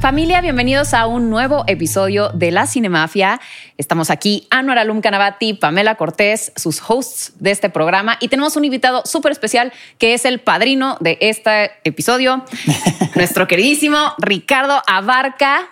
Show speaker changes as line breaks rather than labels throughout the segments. Familia, bienvenidos a un nuevo episodio de La Cinemafia. Estamos aquí, Anuar Alum Canavati, Pamela Cortés, sus hosts de este programa, y tenemos un invitado súper especial que es el padrino de este episodio, nuestro queridísimo Ricardo Abarca,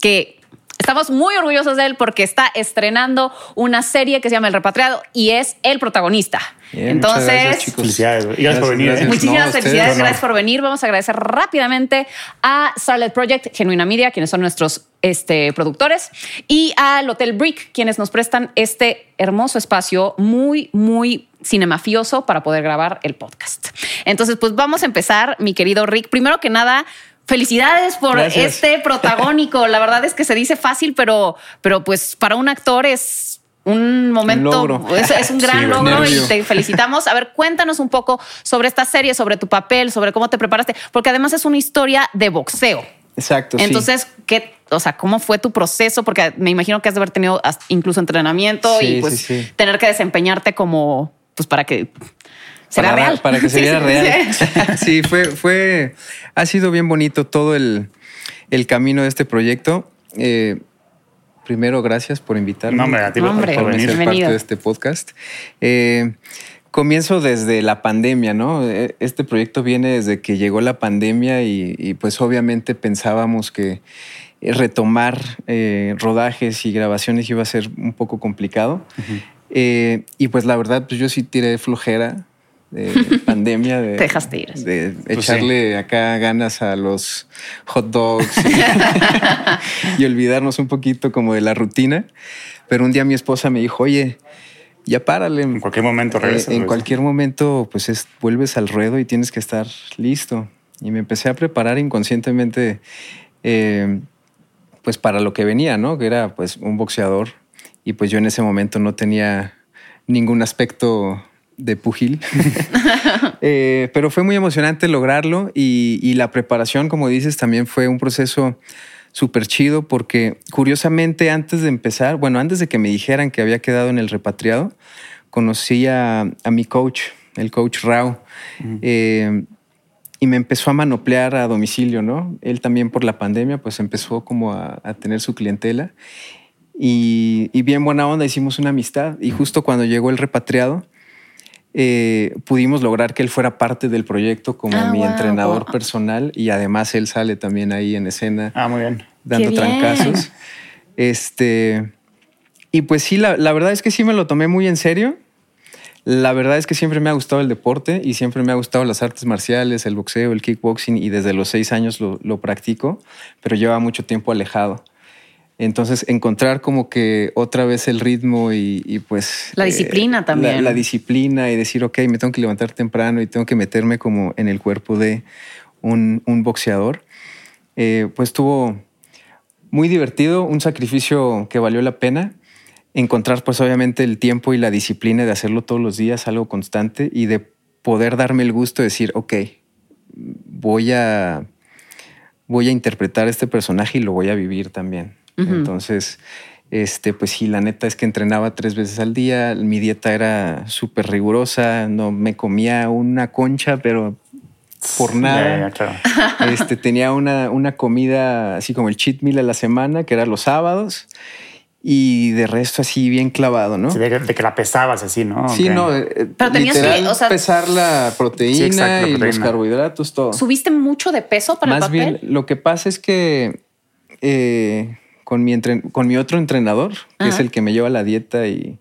que Estamos muy orgullosos de él porque está estrenando una serie que se llama El Repatriado y es el protagonista.
Bien,
Entonces,
muchas gracias, chicos.
Felicidades, güey. Y gracias por venir, ¿eh?
muchísimas
No, a ustedes,
felicidades,
honor.
gracias por venir. Vamos a agradecer rápidamente a Starlet Project, Genuina Media, quienes son nuestros este, productores, y al Hotel Brick, quienes nos prestan este hermoso espacio muy, muy cinemafioso para poder grabar el podcast. Entonces, pues vamos a empezar, mi querido Rick. Primero que nada, felicidades por
Gracias.
este protagónico. La verdad es que se dice fácil, pero, pero pues para un actor es un momento,
logro.
es, es un gran
Sí, güey,
logro y
nervio.
te felicitamos. A ver, cuéntanos un poco sobre esta serie, sobre tu papel, sobre cómo te preparaste, porque además es una historia de boxeo.
Exacto. sí.
Entonces, ¿qué, o sea, cómo fue tu proceso? Porque me imagino que has de haber tenido hasta- incluso entrenamiento
Sí,
y
sí,
pues
sí.
tener que desempeñarte como, pues para que se
para,
vea real.
Para que se
Sí,
viera
sí,
real.
sí.
Sí, fue, fue, ha sido bien bonito todo el, el camino de este proyecto. Eh, primero, gracias por invitarme.
No, hombre, a ti
No,
por-
hombre.
por venir.
ser
Bienvenido.
parte de este podcast. Eh, comienzo desde la pandemia, ¿no? Eh, Este proyecto viene desde que llegó la pandemia y, y, pues obviamente pensábamos que eh, retomar eh, rodajes y grabaciones iba a ser un poco complicado. Eh, y pues la verdad, pues yo sí tiré flojera de pandemia. De,
Te dejaste ir.
De
Pues
echarle acá ganas a los hot dogs y, y olvidarnos un poquito como de la rutina. Pero un día mi esposa me dijo, oye, ya párale.
En cualquier momento pues. regresas.
Eh, en
güey.
cualquier momento, pues es- vuelves al ruedo y tienes que estar listo. Y me empecé a preparar inconscientemente, eh, pues para lo que venía, ¿no? Que era pues un boxeador. Y pues yo en ese momento no tenía ningún aspecto de pugil. Eh, pero fue muy emocionante lograrlo y, y la preparación, como dices, también fue un proceso súper chido porque curiosamente antes de empezar, bueno, antes de que me dijeran que había quedado en el repatriado, conocí a, a mi coach, el coach Rao, eh, y me empezó a manoplear a domicilio, ¿no? Él también por la pandemia, pues empezó como a, a tener su clientela y, y bien buena onda hicimos una amistad y justo cuando llegó el repatriado, eh, pudimos lograr que él fuera parte del proyecto como
Ah,
mi
guau.
entrenador personal y además él sale también ahí en escena
Ah, muy bien.
dando
¡Qué bien!
trancazos. Este, y pues sí, la, la verdad es que sí me lo tomé muy en serio. La verdad es que siempre me ha gustado el deporte y siempre me ha gustado las artes marciales, el boxeo, el kickboxing y desde los seis años lo, lo practico, pero lleva mucho tiempo alejado. Entonces, encontrar como que otra vez el ritmo y, y pues...
La disciplina también.
La, la disciplina y decir, ok, me tengo que levantar temprano y tengo que meterme como en el cuerpo de un, un boxeador. Eh, pues tuvo muy divertido, un sacrificio que valió la pena. Encontrar, pues, obviamente, el tiempo y la disciplina de hacerlo todos los días, algo constante, y de poder darme el gusto de decir, ok, voy a, voy a interpretar este personaje y lo voy a vivir también.
Ujú.
Entonces, este, pues sí, la neta es que entrenaba tres veces al día, mi dieta era súper rigurosa, no me comía una concha, pero por nada.
Ya, ya, claro.
Este, tenía una, una comida así como el cheat meal a la semana, que era los sábados, y de resto así bien clavado, ¿no?
Sí, de, que- de que la pesabas así, ¿no?
Sí,
Ok.
no, eh,
Pero tenías
literal,
que, o sea,
pesar la proteína
Sí, exacto, la
y los
proteína.
carbohidratos, todo.
¿Subiste mucho de peso para
Más
el papel?
bien, lo que pasa es que eh, con, mi entren- con mi otro entrenador, que es
Ajá.
el que me lleva la dieta y,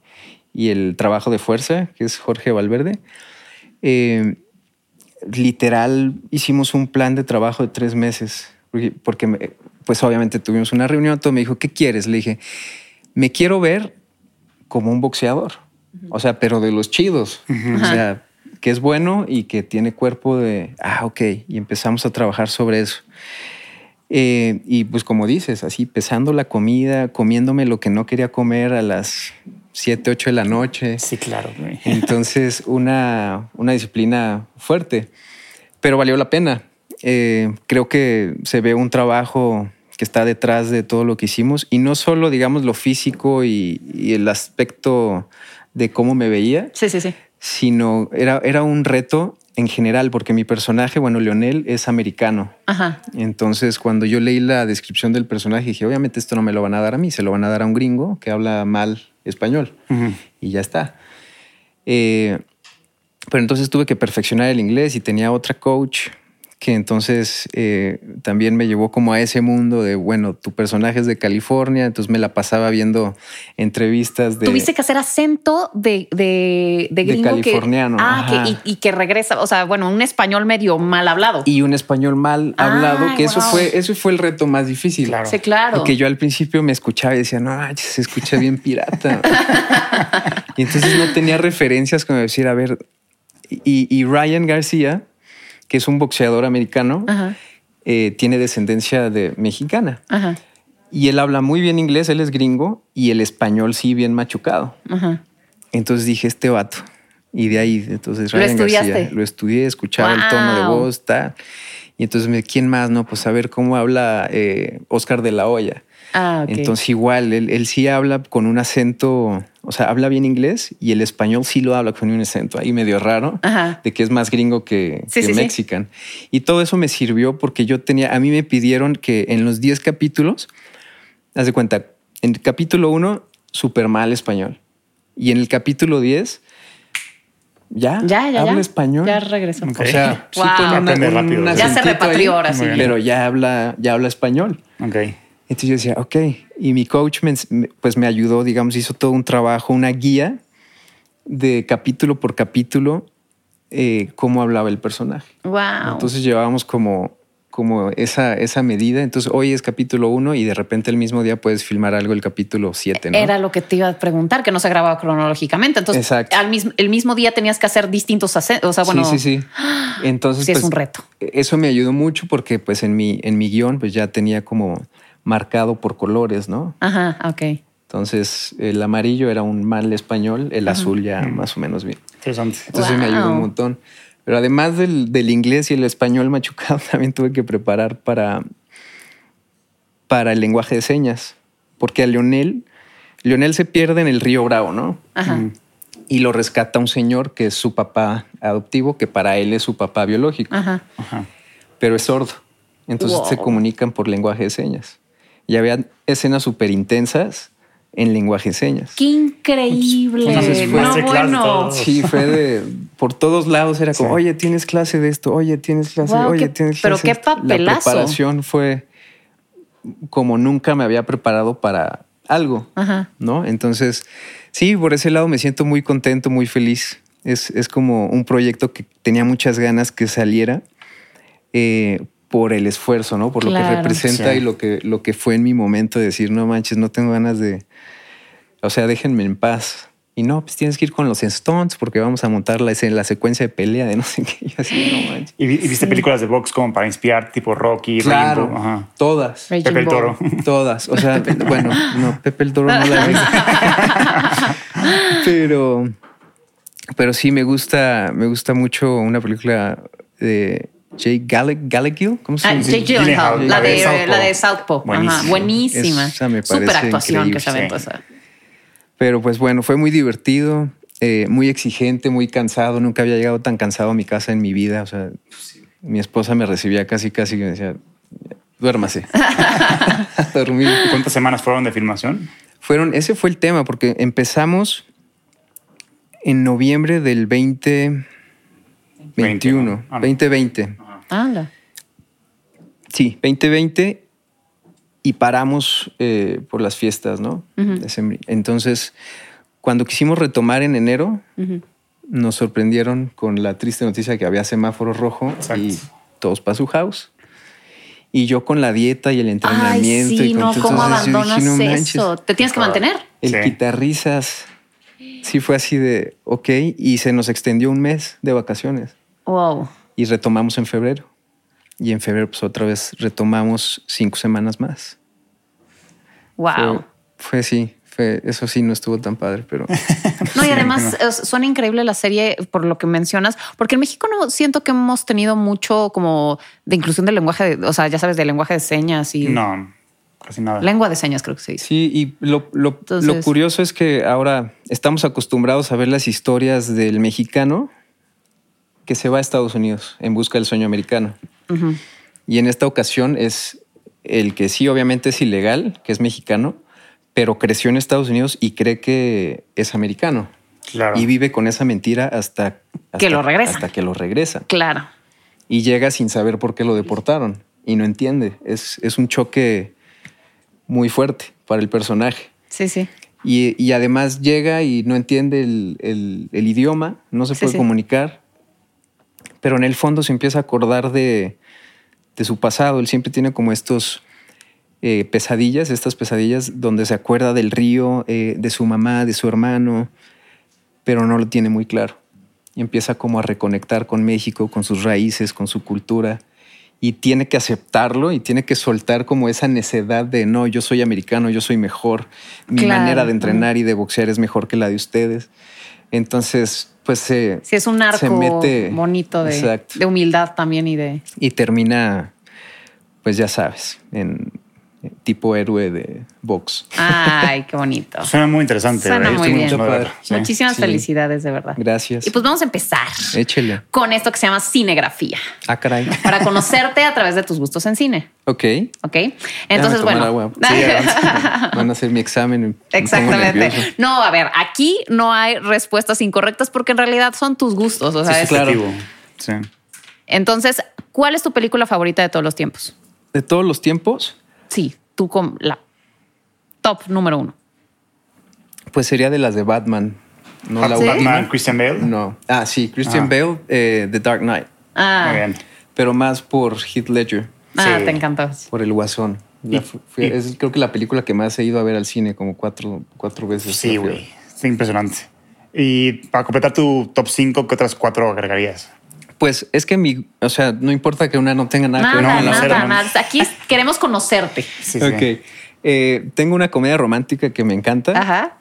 y el trabajo de fuerza, que es Jorge Valverde, eh, literal hicimos un plan de trabajo de tres meses, porque, porque me- pues obviamente tuvimos una reunión, todo me dijo, ¿qué quieres? Le dije, me quiero ver como un boxeador, o sea, pero de los chidos, o sea, que es bueno y que tiene cuerpo de, ah, ok, y empezamos a trabajar sobre eso. Eh, y pues como dices, así pesando la comida, comiéndome lo que no quería comer a las 7, 8 de la noche.
Sí, claro. güey.
Entonces, una, una disciplina fuerte, pero valió la pena. Eh, creo que se ve un trabajo que está detrás de todo lo que hicimos y no solo, digamos, lo físico y, y el aspecto de cómo me veía,
Sí, sí, sí.
sino era, era un reto en general, porque mi personaje, bueno, Leonel es americano.
Ajá.
Entonces, cuando yo leí la descripción del personaje, dije, obviamente esto no me lo van a dar a mí, se lo van a dar a un gringo que habla mal español.
Ujú.
Y ya está. Eh, pero entonces tuve que perfeccionar el inglés y tenía otra coach que entonces eh, también me llevó como a ese mundo de, bueno, tu personaje es de California, entonces me la pasaba viendo entrevistas de...
Tuviste que hacer acento de, de, de
este, De
gringo. que-
californiano,
ah,
ajá.
que, y, y que regresa. O sea, bueno, un español medio mal hablado.
y un español mal
Ay,
hablado, que eso
wow.
fue, eso fue el reto más difícil.
Claro.
sí, claro.
Porque yo al principio me escuchaba y decía, no, manches, se escucha bien pirata. y entonces no tenía referencias como decir, a ver, y, y Ryan García, que es un boxeador americano,
Ajá.
eh, tiene descendencia de mexicana.
Ajá.
Y él habla muy bien inglés, él es gringo, y el español sí bien machucado.
Ajá.
Entonces dije, este vato. Y de ahí, entonces,
¿Lo
Ryan García,
estudiaste?
lo estudié, escuchaba el tono de
Wow.
voz, tal. Y entonces, me- ¿quién más? No, pues a ver cómo habla eh, Oscar de la Hoya.
Ah, ok.
Entonces, igual, él, él sí habla con un acento, o sea, habla bien inglés y el español sí lo habla con un acento ahí medio raro,
Ajá.
de que es más gringo que,
Sí,
que
sí, sí.
mexican. Y todo eso me sirvió porque yo tenía, a mí me pidieron que en los 10 capítulos, haz de cuenta, en el capítulo 1, súper mal español. Y en el capítulo 10, ya,
ya, ya,
habla
ya.
español.
Ya regresó.
Ok.
O sea, sí
Wow.
con una-
Aprende
un
rápido. ¿eh?
acentito
Ya se
ahí,
repatrió ahora sí.
Muy bien.
Pero ya habla, ya habla español.
Ok.
Entonces yo decía, ok. Y mi coach me ens- me- pues me ayudó, digamos, hizo todo un trabajo, una guía de capítulo por capítulo eh, cómo hablaba el personaje.
Wow.
Entonces llevábamos como, como esa, esa medida. Entonces hoy es capítulo uno y de repente el mismo día puedes filmar algo el capítulo siete, ¿no?
Era lo que te iba a preguntar, que no se grababa cronológicamente. Entonces,
Exacto.
al mismo, el mismo día tenías que hacer distintos acentos. O sea, bueno,
sí, sí, sí. Entonces,
sí es
pues,
un reto.
Eso me ayudó mucho porque pues en mi, en mi guión pues ya tenía como marcado por colores, ¿no?
Ajá, ok.
Entonces, el amarillo era un mal español, el azul ya más o menos bien.
Interesante.
Entonces me ayudó
Wow.
un montón. Pero además del, del inglés y el español machucado, también tuve que preparar para, para el lenguaje de señas. Porque a Leonel, Leonel se pierde en el río Bravo, ¿no?
Ajá.
Mm,
Mm. Y lo rescata un señor que es su papá adoptivo, que para él es su papá biológico,
Ajá.
Ajá.
pero es sordo. Entonces
Wow.
se comunican por lenguaje de señas. Y había escenas súper intensas en lenguaje de señas.
Qué increíble.
Entonces fue- este
no,
Masterclass
bueno.
todo.
Sí, fue de por todos lados era como,
Sí.
oye, tienes clase de esto, oye, tienes clase,
Guau,
oye,
qué-
tienes
pero
clase.
qué
de esto". La
papelazo.
preparación fue como nunca me había preparado para algo,
Ajá.
¿no? Entonces, sí, por ese lado me siento muy contento, muy feliz. Es, es como un proyecto que tenía muchas ganas que saliera eh, por el esfuerzo, ¿no? Por lo que
Claro.
representa
Sí.
y lo que, lo que fue en mi momento de decir, no manches, no tengo ganas de, o sea, déjenme en paz. Y no, pues tienes que ir con los Stones porque vamos a montar la, escena- la secuencia de pelea de no sé qué. Y así, no manches.
¿Y, vi- y viste películas de box como para inspirar, tipo Rocky, Rambo? Ajá.
todas.
Raging
Pepe el
Bull.
Toro.
Todas. O sea, bueno, no, Pepe el Toro no la he visto. pero, pero sí me gusta, me gusta mucho una película de Jake Galleg Gallegil. ¿Cómo se
Ah,
llama?
Jake Gyllenhaal, la de,
Gyllenhaal.
la de Southpaw. Ajá,
Buenísimo.
buenísima.
Esa me parece
Súper actuación que se
increíble,
aventó.
sí.
esa.
Pero pues bueno, fue muy divertido, eh, muy exigente, muy cansado. Nunca había llegado tan cansado a mi casa en mi vida. O sea, mi esposa me recibía casi, casi y me decía, duérmase. A dormir.
¿Y ¿Cuántas semanas fueron de filmación?
Fueron, ese fue el tema, porque empezamos en noviembre del 2021,
20, ¿no? Ah, no.
2020.
Anda.
Sí, 2020 y paramos eh, por las fiestas, ¿no? Decembri- Entonces, cuando quisimos retomar en enero, nos sorprendieron con la triste noticia de que había semáforo rojo
Exacto.
y todos para su house. Y yo con la dieta y el entrenamiento.
Ay, sí,
y con
no,
todo,
¿cómo
entonces yo dije,
abandonas
"No manches".
eso? Te tienes que mantener.
El
Sí.
quitarrisas sí fue así de, ok, y se nos extendió un mes de vacaciones
Wow.
y retomamos en febrero. Y en febrero, pues otra vez retomamos cinco semanas más.
Wow.
Fue, fue sí, fue, eso sí, no estuvo tan padre, pero
No, y además eh, suena increíble la serie por lo que mencionas, porque en México no siento que hemos tenido mucho como de inclusión del lenguaje, de- o sea, ya sabes, del lenguaje de señas y
No, casi nada.
lengua de señas, creo que se dice.
sí. Y lo, lo-
Entonces-
lo curioso es que ahora estamos acostumbrados a ver las historias del mexicano que se va a Estados Unidos en busca del sueño americano. Y en esta ocasión es el que sí, obviamente es ilegal, que es mexicano, pero creció en Estados Unidos y cree que es americano.
Claro.
Y vive con esa mentira hasta, hasta-
lo regresan.
Hasta que lo regresan.
Claro.
Y llega sin saber por qué lo deportaron y no entiende. Es, es un choque muy fuerte para el personaje.
Sí, sí.
Y, y además llega y no entiende el, el- el idioma, no se
Sí,
puede
sí.
comunicar, pero en el fondo se empieza a acordar de, de su pasado. Él siempre tiene como estos eh, pesadillas, estas pesadillas donde se acuerda del río, eh, de su mamá, de su hermano, pero no lo tiene muy claro. Y empieza como a reconectar con México, con sus raíces, con su cultura. Y tiene que aceptarlo y tiene que soltar como esa necedad de no, yo soy americano, yo soy mejor, mi
Claro.
manera de entrenar y de boxear es mejor que la de ustedes. Entonces, pues se,
Sí, es un
se
arco
mete-
bonito de,
Exacto.
de humildad también y de.
Y termina, pues ya sabes, en en tipo héroe de box.
Ay, qué bonito.
Suena muy interesante.
Suena
¿verdad?
muy
Estoy
bien.
mucho de verlo,
Padre.
sí.
Muchísimas
sí.
felicidades, de verdad.
Gracias.
Y pues vamos a empezar
Échele.
con esto que se llama cinegrafía,
Ah, caray.
para conocerte a través de tus gustos en cine.
Ok.
¿Ok? Entonces,
Déjame tomar
bueno.
agua. Sí, avanza. Van a hacer mi examen. me pongo nervioso.
Exactamente. No, a ver, aquí no hay respuestas incorrectas porque en realidad son tus gustos. O sea,
Sí, sí,
es-
claro.
Objetivo, Sí.
Entonces, ¿cuál es tu película favorita de todos los tiempos?
De todos los tiempos,
Sí, tú con la top número uno.
pues sería de las de Batman. No la
¿Sí?
última.
Batman, Christian Bale.
No. Ah, sí. Christian
Ah.
Bale, eh, The Dark Knight.
Ah,
Muy bien.
Pero más por Heath Ledger,
ah,
Sí.
te encantó.
por El Guasón. La fu- fui-
y-
es creo que la película que más he ido a ver al cine como cuatro, cuatro veces.
Sí,
creo.
güey. Está impresionante. Y para completar tu top 5, ¿qué otras cuatro agregarías?
Pues es que mi, o sea, no importa que una no tenga nada,
Nada,
que ver
no,
nada,
con la
no,
otra.
nada,
cero,
Aquí es- queremos conocerte.
Sí,
Ok. Eh, tengo una comedia romántica que me encanta,
Ajá.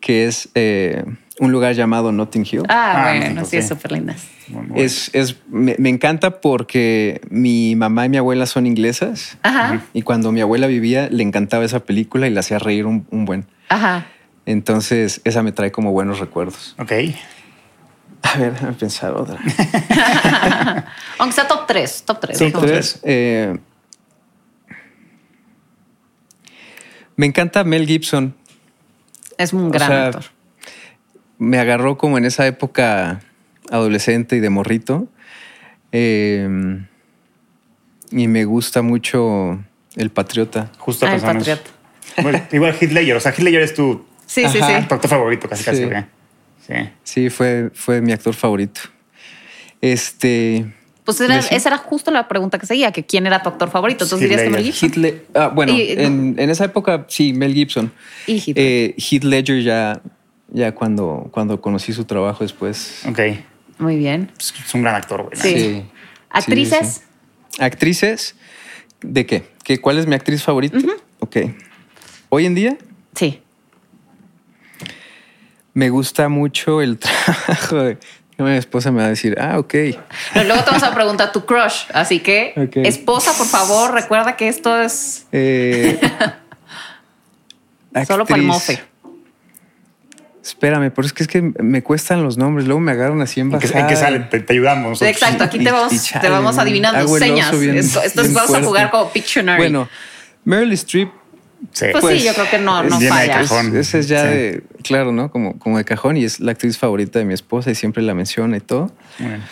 que es eh, un lugar llamado Notting Hill.
Ah,
Ah,
bueno,
no,
sí, es
sí.
súper linda.
sí. Muy, muy bien.
Es, es, me, me encanta porque mi mamá y mi abuela son inglesas
Ajá,
y cuando mi abuela vivía le encantaba esa película y la hacía reír un, un buen.
ajá.
Entonces esa me trae como buenos recuerdos.
Ok.
A ver, déjame pensar otra.
Aunque sea top 3, top 3.
Sí, top tres.
Entonces, eh, me encanta Mel Gibson.
Es un
O
gran
sea,
actor.
me agarró como en esa época adolescente y de morrito. Eh, y me gusta mucho El Patriota.
Justo
Ah, el
pensamos-
patriota.
Bueno, igual Heath Ledger. O sea, Heath Ledger es tu
Sí, sí,
Ajá.
sí.
actor favorito, casi, casi.
Sí.
¿ok? Sí.
Sí, fue, fue mi actor favorito. Este.
Pues era-
¿Messi?
esa era justo la pregunta que seguía, que quién era tu actor favorito. Entonces
Heath
dirías que Mel
Ledger.
Gibson
Hitler. Ah, bueno,
Y- eh,
en, en esa época sí, Mel Gibson.
y Heath Ledger.
Eh, Heath Ledger ya, ya cuando, cuando conocí su trabajo después.
Ok.
Muy bien.
Pues es un gran actor, güey. ¿no?
Sí. ¿Actrices?
sí. ¿Actrices? ¿De qué? ¿Qué- ¿Cuál es mi actriz favorita? Ok. Hoy en día
Sí.
me gusta mucho el trabajo de... Mi esposa me va a decir, ah, ok.
Pero luego te vamos a preguntar tu crush. Así que,
Ok.
esposa, por favor, recuerda que esto es
Eh,
solo para el
actriz.
mofe.
Espérame, pero es que, es que me cuestan los nombres. Luego me agarran así en
¿En qué, en qué sale? Te, te ayudamos. nosotros.
Exacto, aquí
Y-
te vamos,
y chale,
te vamos adivinando
hago el oso
señas.
bien-
esto esto
bien
vamos
fuerte.
a jugar como Pictionary.
Bueno, Meryl Streep
Sí.
Pues- sí, yo creo que no-
es-
no
viene de
falla.
cajón. Ese es ya
Sí.
de, claro, ¿no? Como, como de cajón y es la actriz favorita de mi esposa y siempre la menciona y todo.
Muy bien.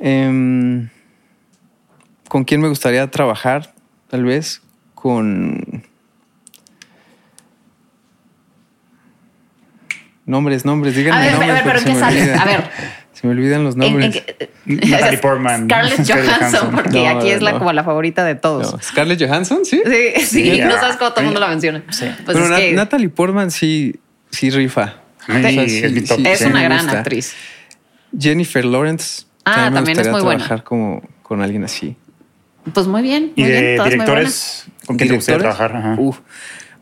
Em, ¿Con quién me gustaría trabajar? Tal vez con... Nombres, nombres, díganme
a ver,
nombres.
a ver, pero ¿en
porque
qué
se me
sales?
olvidan.
A ver.
Se me olvidan los
en-
nombres.
en qué-
Natalie Portman.
Scarlett
Scarlett
Johansson,
Johansson.
porque
No,
aquí es la,
no.
como la favorita de todos.
No, ¿Scarlett Johansson? Sí.
Sí, sí,
Sí,
no
ya.
sabes cómo todo el mundo la menciona.
Sí.
Pues
Pero
es
Na-
que
Natalie Portman sí, sí rifa.
A mí es mi top.
es
sí,
una
me
gran
gusta.
actriz.
Jennifer Lawrence.
Ah,
me
también es
gustaría
muy buena.
trabajar como con alguien así.
Pues muy bien,
¿Y
muy
de
bien, todas muy buenas.
directores? ¿Con quién te gustaría
¿Directores? Uh.
trabajar? Ajá.
Uf,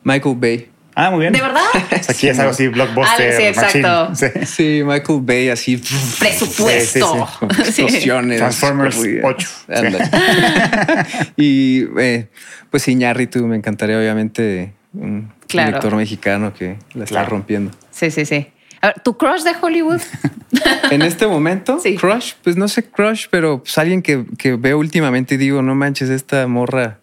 Michael Bay.
Ah, muy bien.
¿De verdad?
O sea, aquí es algo así, blockbuster.
Ah, sí, exacto.
machín. Sí.
Sí, Michael Bay así.
Presupuesto.
con
Sí.
Explosiones.
Transformers
Uy,
8.
ándale. y eh, pues Iñárritu me encantaría obviamente un
Claro.
director mexicano que la está
Claro.
rompiendo.
Sí, sí, sí. A ver, ¿tu crush de Hollywood?
En este momento,
Sí.
crush, pues no sé crush, pero pues alguien que, que veo últimamente y digo, no manches, esta morra,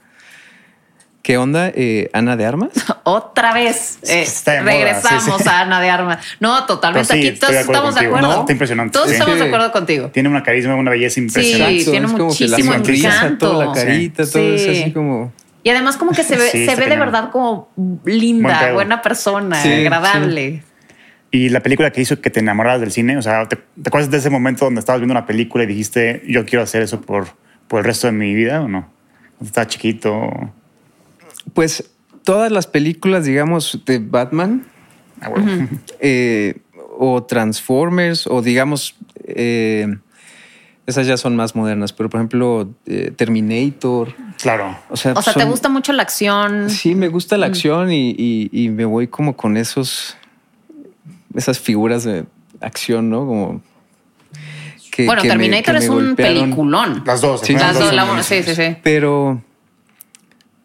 ¿qué onda? Eh, ¿Ana de Armas?
Otra vez.
Sí,
eh,
está de moda,
regresamos
sí, sí.
a Ana de Armas. No, totalmente.
Pero sí,
Aquí todos
estoy de acuerdo
estamos de
contigo.
acuerdo.
No, está impresionante.
Todos
Sí.
estamos de
Sí.
acuerdo contigo.
Tiene una carisma, una belleza impresionante.
tiene
es como que la
muchísimo
sonrisa,
encanto.
toda la carita, todo es
Sí.
así como...
Y además como que se ve, se
Sí, está
ve de
cañón.
verdad como
Buen
linda,
pedo.
buena persona,
Sí,
agradable.
Y la película que hizo que te enamoraras del cine, o sea, ¿te, te acuerdas de ese momento donde estabas viendo una película y dijiste, yo quiero hacer eso por, por el resto de mi vida o no? Cuando estaba chiquito.
Pues todas las películas, digamos, de Batman
Ah, huevo.
eh, o Transformers o digamos, eh, esas ya son más modernas, pero por ejemplo, eh, Terminator.
Claro.
O sea,
O sea, ¿te
Pues son-
gusta Mm. mucho la acción?
Sí, me gusta la acción y, y- y me voy como con esos, esas figuras de acción, ¿no? Como que,
bueno,
que me-
Terminator
que me
es un
golpearon.
peliculón.
Las dos.
Sí,
las
Las
dos
dos,
son
la
buenísimas.
uno, sí, sí, sí.
Pero,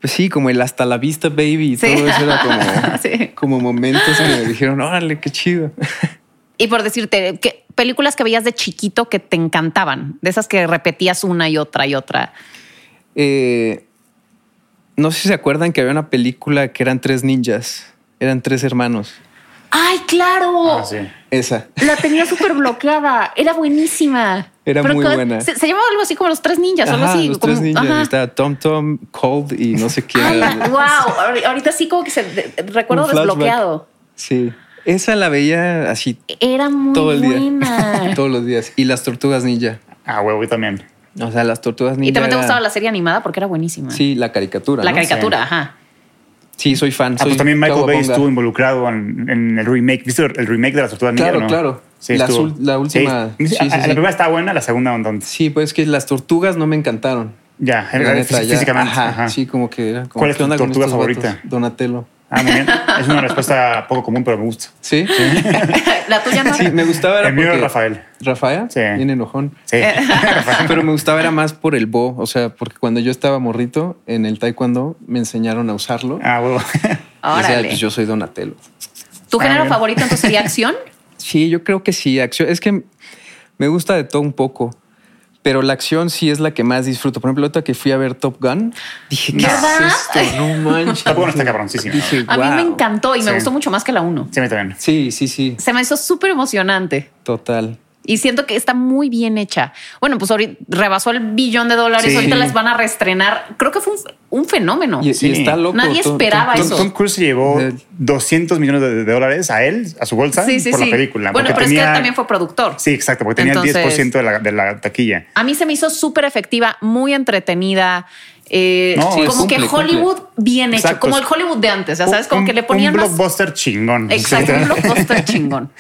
pues sí, como el hasta la vista, baby, y
Sí.
todo eso era como,
Sí.
como momentos que me dijeron, órale, qué chido.
Y por decirte, ¿qué películas que veías de chiquito que te encantaban? De esas que repetías una y otra y otra.
Eh, no sé si se acuerdan que había una película que eran tres ninjas, eran tres hermanos.
¡Ay, claro!
Ah, sí.
Esa.
La tenía súper bloqueada. Era buenísima.
Era muy
que-
buena.
Se, se llamaba algo así como Los Tres Ninjas, algo
Ajá,
así.
los
como-
tres ninjas.
ajá. Ah,
Estaba Tom Tom, Cold y no sé quién.
Ala, wow, ahorita sí como que se de- recuerdo
Un flashback.
desbloqueado.
Sí. Esa la veía así
Era muy
todo el
buena.
día. Todos los días. Y las tortugas ninja.
Ah, huevo, yo también.
O sea, las tortugas ninja.
y también te
era-
gustaba la serie animada porque era buenísima.
Sí, la caricatura.
la
¿no?
caricatura,
Sí.
ajá.
Sí, soy fan.
Ah, pues
soy
también Michael Bay
caguaponga.
estuvo involucrado en, en el remake. ¿Viste el remake de las tortugas Ninja
Claro,
o no?
claro.
Sí,
La
estuvo.
azul- la última.
Sí,
Sí, sí,
a- a- La
sí.
primera estaba buena, la segunda, entonces.
Sí, pues es que las tortugas no me encantaron.
Ya,
La
era
neta,
fí-
ya.
físicamente.
Ajá,
ajá.
Sí, como que era. Como,
¿Cuál es
¿qué
tu
onda con
tortuga
estos vatos?
favorita?
Donatello.
Ah, muy bien. Es una respuesta poco común, pero me gusta.
¿Sí?
La tuya no.
Sí, me gustaba. Era
El mío era
porque-
Rafael.
¿Rafael?
Sí.
Bien enojón.
Sí.
Eh.
Pero me gustaba era más por el bo, o sea, porque cuando yo estaba morrito en el taekwondo me enseñaron a usarlo.
ah, huevo.
Y decía,
Órale.
pues yo soy Donatello.
¿Tu
Ah,
género
bien.
favorito entonces sería acción?
Sí, yo creo que sí. Acción. Es que me gusta de todo un poco, pero la acción sí es la que más disfruto. Por ejemplo, ahorita que fui a ver Top Gun, dije, ¿qué
¿Verdad?
es esto? No manches.
Top Gun está cabroncísimo.
Dije,
A mí me
"Wow".
encantó y me
Sí.
gustó mucho más que la uno.
Sí, a mí también.
Sí, sí, sí.
Se me hizo súper emocionante.
Total.
Y siento que está muy bien hecha. Bueno, pues ahorita rebasó el billón de dólares.
Sí.
Ahorita las van a reestrenar. Creo que fue un, un fenómeno.
Y, y
Sí.
está loco.
Nadie
Tom-
esperaba
Tom-
Ah, eso.
Tom
Tom Cruise se llevó
De-
200 millones de, de dólares a él, a su bolsa,
sí, sí,
por
sí.
la película.
bueno,
porque
pero es que
tenía-
él también fue productor.
Sí, exacto, porque tenía
Entonces-
el 10% de la, de la taquilla.
A mí se me hizo súper efectiva, muy entretenida. eh,
No,
como
es-
que
cumple,
Hollywood bien hecho,
Exacto.
como el Hollywood de antes, ya sabes, como
Un-
que le ponían
un
más.
blockbuster chingón.
Exacto, un blockbuster chingón.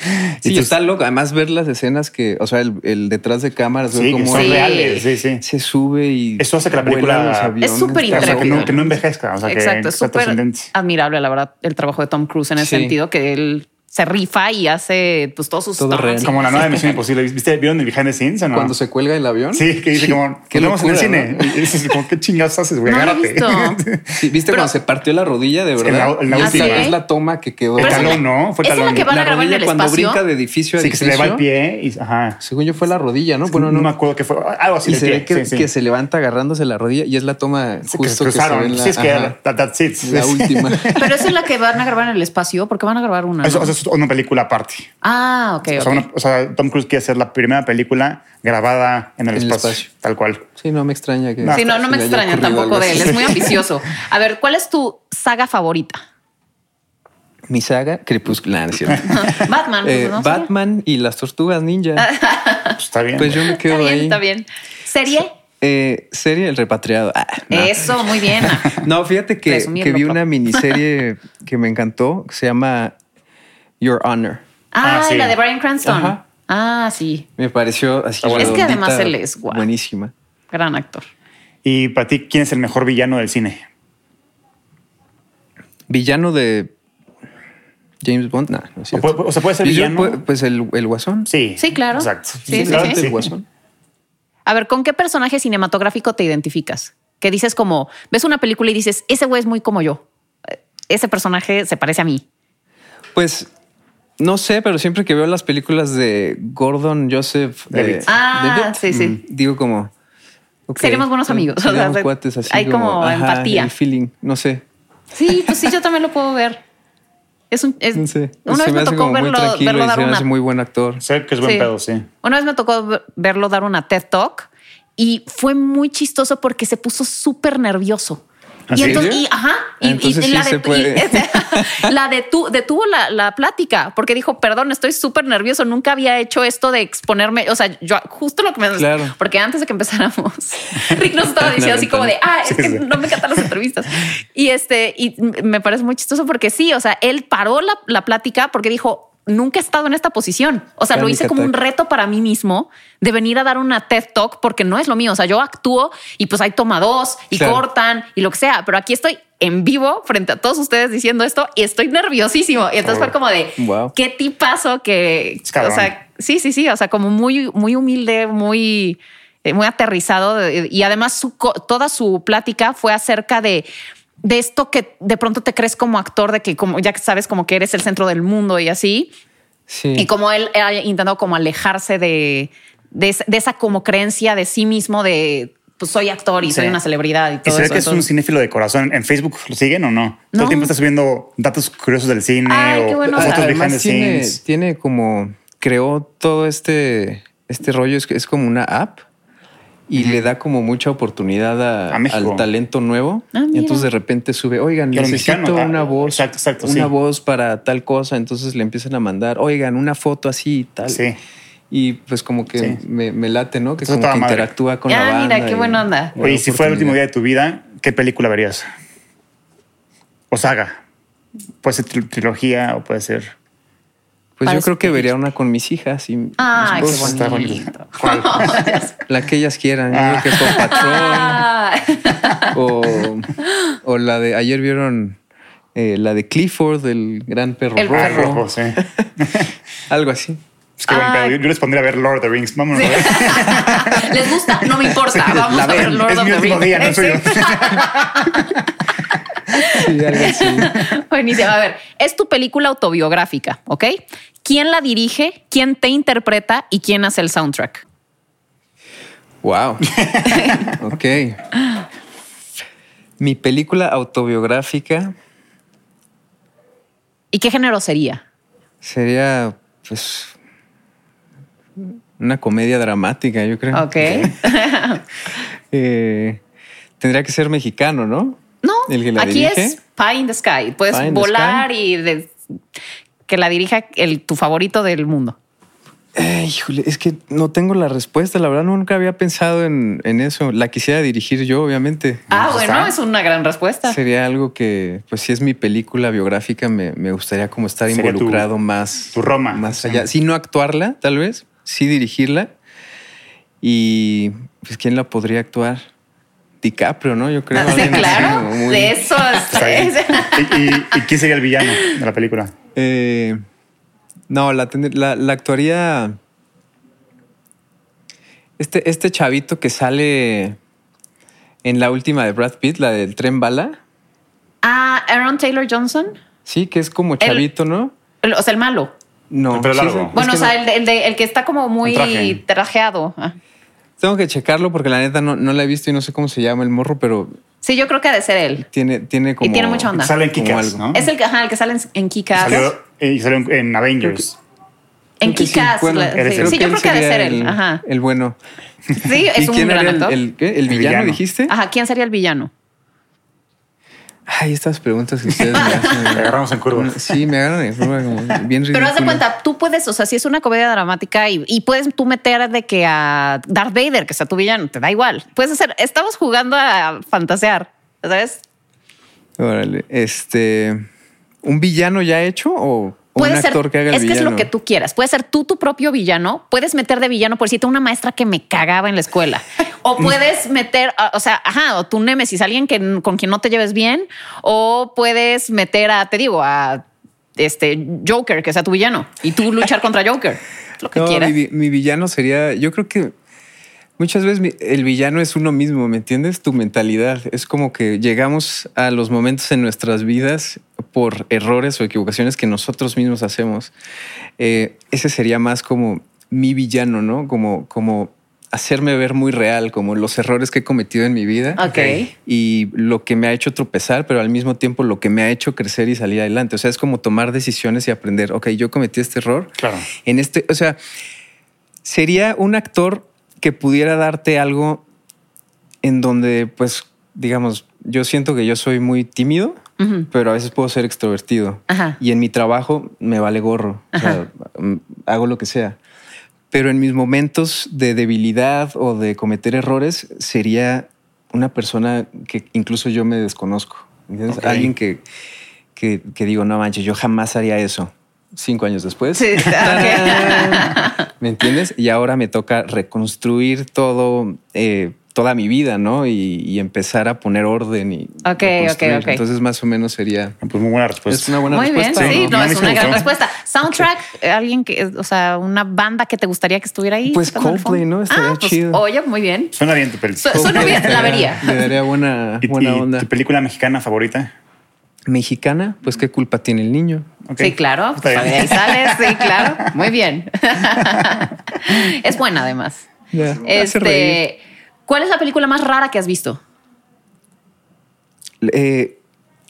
Sí,
Y tú-
está loco. Además, ver las escenas que, o sea, el, el detrás de cámaras, ver
Sí, que
cómo
son
Sí.
reales. Sí, sí.
se sube y.
Eso hace que la
vuelan
película-
los aviones.
Es súper
O sea, que,
Intrépido.
no, que no envejezca. O sea, que-
Exacto,
que
es
sea
súper
trascendente.
admirable, la verdad, el trabajo de Tom Cruise en ese
Sí.
stunts, que él se rifa y hace pues todos sus
Todo
stunts
real.
y-
Como la nueva misión imposible. ¿Viste? ¿Vieron el behind the scenes o no?
Cuando se cuelga el avión.
Sí, que dice como,
Qué
que vemos en el
locura,
cine. Y dices, como, ¿qué chingados haces, güey?
No lo he
Agárrate.
visto.
Sí, ¿Viste
Pero-
cuando se partió la rodilla de
Sí,
verdad?
la- la
Y es
última.
es la toma que quedó.
Pero
El
esa es la-
talón, ¿no? Fue
esa es la
talón.
que van a
la
grabar en
rodilla
el
cuando
espacio.
brinca de edificio a
Sí, que se
edificio.
le va el pie y ajá.
Según yo fue la rodilla, ¿no? Bueno,
no,
no.
me acuerdo qué fue. Algo así
y
del
se
pie.
ve que,
sí, sí.
que se levanta agarrándose la rodilla y es la toma
Sí, que
justo
se
que, se ve
cruzaron.
en la,
sí, es que
ajá,
that- that's it.
la
Sí, sí.
última.
Pero esa es la que van a grabar en el espacio, porque van a grabar una.
Eso,
¿no?
eso es una película aparte.
ah, ok.
O,
ok.
sea, una- o sea, Tom Cruise quiere hacer la primera película grabada en el,
En el
espacio,
espacio.
Tal cual.
Sí, no me extraña que.
No.
Sí, no,
se
no me
le haya
extraña
ocurrido
tampoco
algo
de él.
así.
Es muy ambicioso. A ver, ¿cuál es tu saga favorita?
Mi saga, Crepúsculo. Nah, no es cierto.
Batman. pues,
Eh,
¿no? Sería-
Batman y las tortugas ninja.
Pues está bien.
Pues yo me quedo
Está bien,
ahí.
está bien. ¿Serie?
Eh, serie El Repatriado. Ah, no.
Eso, muy bien. Ah, Ajá.
No, fíjate que,
Presumirlo,
que vi
papá.
una miniserie que me encantó que se llama Your Honor.
Ah,
Ah, sí.
la de Brian Cranston.
Ajá.
Ah, sí.
Me pareció así.
Está bueno.
Es que además
redondita,
él es guau.
Buenísima.
Gran actor.
Y para ti, ¿quién es el mejor villano del cine?
Villano de James Bond. Nah, no es
O,
cierto.
pu- o sea, puede ser
Yo digo,
villano.
pu- pues el, el Guasón.
Sí.
Sí, claro.
Exacto.
Sí, sí,
Claro,
sí.
el Guasón.
A ver, ¿con qué personaje cinematográfico te identificas? Que dices como, ves una película y dices, ese güey es muy como yo. Eh, Ese personaje se parece a mí.
Pues No sé, pero siempre que veo las películas de Gordon Joseph
Levitt.
eh,
Ah,
Levitt,
sí, sí.
mm, digo como. ok,
Seremos buenos amigos.
seremos
O sea,
cuates, así
hay como
ajá,
empatía.
el feeling, no sé.
Sí, pues sí, yo también lo puedo ver. Es un, es-
No sé.
Una
se
vez
me
me
hace
tocó
como muy
verlo,
tranquilo
verlo
y
dar
se me
una
hace muy buen actor.
Sé que es buen
Sí.
pedo, sí.
Una vez me tocó ver- verlo dar una TED Talk y fue muy chistoso porque se puso súper nervioso.
¿Ah,
Y
sí?
entonces,
¿Sí?
y, ajá, y, y
Entonces sí
la,
se
detu-
puede.
y este- la detu- detuvo la, la plática porque dijo, perdón, estoy súper nervioso, nunca había hecho esto de exponerme, o sea, yo justo lo que me...
Claro.
Porque antes de que empezáramos, Rick nos estaba diciendo así como de, ah, es
Sí,
que
sí.
no me encantan las entrevistas. Y este, y m- me parece muy chistoso porque sí, o sea, él paró la, la plática porque dijo, nunca he estado en esta posición. O sea, lo
Panic
hice como un
attack.
reto para mí mismo de venir a dar una TED Talk porque no es lo mío. O sea, yo actúo y pues hay toma dos y
Claro.
cortan y lo que sea, pero aquí estoy en vivo frente a todos ustedes diciendo esto y estoy nerviosísimo. Y entonces fue como de
Wow.
qué tipazo que,
Oh, Es cabrón.
o sea, sí, sí, sí, o sea, como muy, muy humilde, muy, eh, muy aterrizado eh, y además su, co- toda su plática fue acerca de de esto que de pronto te crees como actor de que como ya que sabes como que eres el centro del mundo y así
Sí.
y como él ha intentado como alejarse de, de, es- de esa como creencia de sí mismo de pues soy actor y
Sí.
soy una celebridad y
Y
todo
se ve
eso.
que es un
Entonces,
cinéfilo de corazón. ¿En Facebook lo siguen o no?
No.
Todo el tiempo está subiendo datos curiosos del cine
Ay,
o
qué bueno.
fotos behind the
Además tiene,
scenes.
tiene como creó todo este este rollo es, es como una app y le da como mucha oportunidad a-
A México.
al talento nuevo.
Ah, mira.
Y entonces de repente sube, oigan,
Y a los
necesito
mexicanos, ah,
una voz,
exacto, exacto,
una
sí.
voz para tal cosa. Entonces le empiezan a mandar, oigan, una foto así y tal.
Sí.
Y pues como que
Sí.
me, me late, ¿no? Que
Eso
como
toda
que
madre.
interactúa con la
Ah,
banda.
mira, qué buena onda.
le da
Oye, y si fuera el último día
oportunidad.
de tu vida, ¿qué película verías? O saga. Puede ser tri- trilogía o puede ser.
Pues yo
Parece
creo que
que-
vería una con mis hijas y mis
Ay, Ah, qué
esposas.
Está
bonito.
bonito. ¿Cuál?
la que ellas quieran. Yo
Ah.
Ah,
creo que Paw Patrol. O, o la de ayer vieron eh, la de Clifford, el gran perro
El
rojo.
Ah,
perro.
rojo, sí.
Algo así.
Es que buen
Ay.
pedo. Yo yo les pondría a ver Lord of the Rings. Vámonos. a ver.
les gusta, no me importa. Vamos
La
a ver
ven.
Lord
Es
of
mi
the
último
Rings.
día, no es suyo.
Sí, algo así.
Buenísimo. A ver, es tu película autobiográfica, ¿ok? ¿Quién la dirige? ¿Quién te interpreta? ¿Y quién hace el soundtrack?
Wow. Ok. Mi película autobiográfica
¿Y qué género sería?
sería, pues, una comedia dramática, yo creo.
Ok.
Eh, tendría que ser mexicano, ¿no?
No,
¿El que la
aquí
dirige?
es Pie in the Sky. Puedes
Pie in the
volar y de- que la dirija el, tu favorito del mundo.
Eh, híjole, es que no tengo la respuesta. La verdad, nunca había pensado en, en eso. La quisiera dirigir yo, obviamente.
Ah,
pues
bueno,
está.
es una gran respuesta.
Sería algo que, pues si es mi película biográfica, me, me gustaría como estar
Sería tu-
involucrado más.
tu Roma.
Más allá. Sí, no actuarla, tal vez. Sí dirigirla. Y pues, ¿quién la podría actuar? DiCaprio, ¿no? Yo creo.
Ah, sí,
alguien así
claro.
como muy-
De eso
Está bien.
es.
¿Y, y- y quién sería el villano de la película?
Eh, no, la, tendr- la, la actuaría. Este, este chavito que sale en la última de Brad Pitt, la del tren bala.
Ah, Aaron Taylor Johnson.
Sí, que es como chavito, ¿no?
El- o sea, el malo.
No.
El pelo
sí,
largo.
es- es
Bueno,
que
o sea,
no-
el, de- el de- el que está como muy
Un traje.
trajeado. Ah.
Tengo que checarlo porque la neta no, no la he visto y no sé cómo se llama el morro, pero
Sí, yo creo que ha de ser él.
tiene, tiene como.
tiene mucha onda.
Sale en
Como
Kikas,
algo.
¿no?
Es el que, ajá, el que sale en, en Kick-Ass.
Salió, eh, y salió en- en Avengers.
En
Creo que sí.
Kikas.
Bueno,
eres
sí,
él.
Sí, yo
él
creo que ha de
sería
ser él.
El,
Ajá.
el bueno.
Sí, es
¿Y
un
quién
gran
era el-
actor.
el, qué? ¿El villano,
villano.
dijiste?
Ajá, ¿quién sería el villano?
Ay, estas preguntas que ustedes me hacen.
Le agarramos en curva.
Sí, me agarran en forma como bien
Pero haz de
ridícula.
cuenta, tú puedes, o sea, si es una comedia dramática y, y puedes tú meter de que a Darth Vader, que sea tu villano, te da igual. Puedes hacer, estamos jugando a fantasear, ¿sabes?
Órale, este. ¿Un villano ya hecho o o un
Puede ser,
actor que haga el
es que
villano?
es lo que tú quieras. Puedes ser tú tu propio villano. Puedes meter de villano, por cierto, una maestra que me cagaba en la escuela. O puedes meter, a- o sea, ajá, o tu némesis, alguien que, n- con quien no te lleves bien. O puedes meter a, te digo, a este Joker, que sea tu villano. Y tú luchar contra Joker. Lo que
No,
quieras.
mi, vi- mi villano sería. Yo creo que muchas veces mi- el villano es uno mismo, ¿me entiendes? Tu mentalidad. Es como que llegamos a los momentos en nuestras vidas por errores o equivocaciones que nosotros mismos hacemos, eh, ese sería más como mi villano, ¿no? Como, como hacerme ver muy real, como los errores que he cometido en mi vida
Ok.
y lo que me ha hecho tropezar, pero al mismo tiempo lo que me ha hecho crecer y salir adelante. O sea, es como tomar decisiones y aprender, ok, yo cometí este error,
Claro.
en este, o sea, sería un actor que pudiera darte algo en donde, pues, digamos, yo siento que yo soy muy tímido,
Ujú.
pero a veces puedo ser extrovertido.
Ajá.
Y en mi trabajo me vale gorro, o sea, mm, hago lo que sea. Pero en mis momentos de debilidad o de cometer errores, sería una persona que incluso yo me desconozco. ¿entiendes?
Ok.
Alguien que, que, que digo, no manches, yo jamás haría eso. Cinco años después.
Sí, ok.
¿Me entiendes? Y ahora me toca reconstruir todo, eh, toda mi vida, ¿no? Y, y empezar a poner orden y.
Ok,
reconstruir.
ok, ok
Entonces, más o menos sería.
Pues muy buena respuesta.
Es una buena
Muy bien,
respuesta.
sí,
¿o no?
no,
A mí
es
sí
una
me
gran
gustó.
respuesta. Soundtrack, eh, alguien que, o sea, una banda que te gustaría que estuviera ahí.
Pues
tocando el
Coldplay,
fondo.
¿no? Estaría
Ah, pues,
chido.
Oye, muy bien.
Suena bien tu película.
Su- suena bien, la vería.
Le daría buena,
¿Y,
buena
y
onda.
tu película mexicana favorita?
Mexicana, pues qué culpa tiene el niño.
Ok.
Sí, claro.
Está
Pues,
bien.
de ahí sales, sí, claro. Muy bien. es buena, además.
Ya, me hace reír.
Este, ¿Cuál es la película más rara que has visto?
Eh,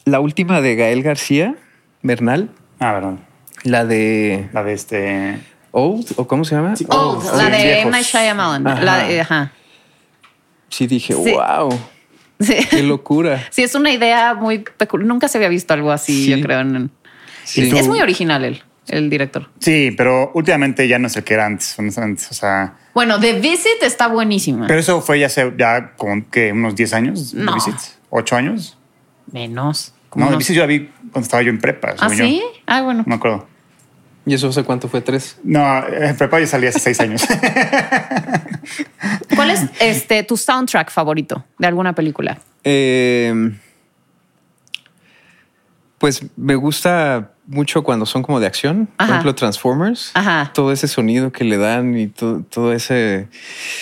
la última de Gael García, Bernal,
Ah, perdón.
la de
La de este.
Old, o cómo se llama?
Sí. Oh,
Old, la
sí,
de
viejos.
M. Night Shyamalan.
Ajá.
La de- ajá.
Sí, dije,
Sí.
wow,
Sí.
qué locura.
Sí, es una idea muy peculiar. Nunca se había visto algo así,
Sí.
yo creo. en-
Sí.
Es muy original él, el director.
Sí, pero últimamente ya no sé qué era antes, honestamente. O sea,
Bueno, The Visit está buenísima.
pero eso fue ya hace ya como que unos 10 años. ¿de
No.
Visit? ¿Ocho años?
Menos.
No,
como
de
unos-
Visit yo la vi cuando estaba yo en prepa.
¿Ah,
según yo.
sí? Ah, bueno.
No me acuerdo.
¿Y eso hace cuánto fue? ¿Tres?
No, en prepa yo salí hace seis años.
¿Cuál es este tu soundtrack favorito de alguna película?
Eh, pues me gusta mucho cuando son como de acción, por
Ajá.
ejemplo Transformers,
Ajá.
todo ese sonido que le dan y to- todo ese...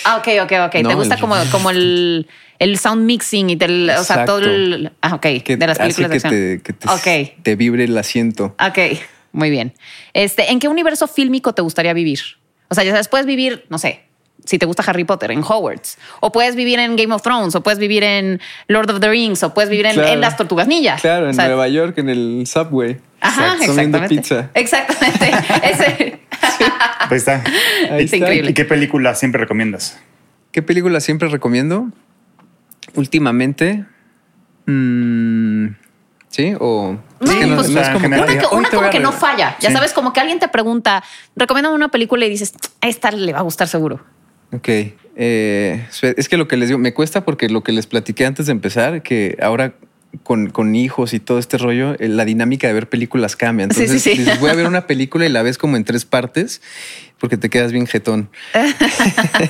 Ah, ok, ok, ok.
No,
¿Te gusta
el-
como, como el, el sound mixing y del, o sea, todo el. Ah, ok.
que
de las
hace
películas de
que,
acción.
te, que te-
Ok.
te vibre el asiento.
Ok, muy bien. Este, ¿En qué universo fílmico te gustaría vivir? O sea, ya sabes, puedes vivir, no sé, si te gusta Harry Potter, en Hogwarts, o puedes vivir en Game of Thrones, o puedes vivir en Lord of the Rings, o puedes vivir en,
Claro.
en las Tortugas Ninja.
Claro, en
O sea,
Nueva York, en el subway.
Ajá,
Exacto. Comiendo
exactamente.
pizza.
Exactamente. Ese-
Ahí está.
Ahí
Es
está.
increíble.
¿Y qué película siempre recomiendas?
¿Qué película siempre recomiendo? Últimamente. mm, sí, o.
No,
que
pues,
en general.
te
Una
diga,
que,
"Hoy
una
te voy
como
a
que no
regalar".
falla. Ya
Sí.
sabes, como que alguien te pregunta, recomiéndame una película y dices, a esta le va a gustar seguro.
Ok. eh, es que lo que les digo, me cuesta porque lo que les platiqué antes de empezar, que ahora con, con hijos y todo este rollo, eh, la dinámica de ver películas cambia.
Sí, sí,
Entonces,
sí.
dices, voy a ver una película y la ves como en tres partes porque te quedas bien jetón.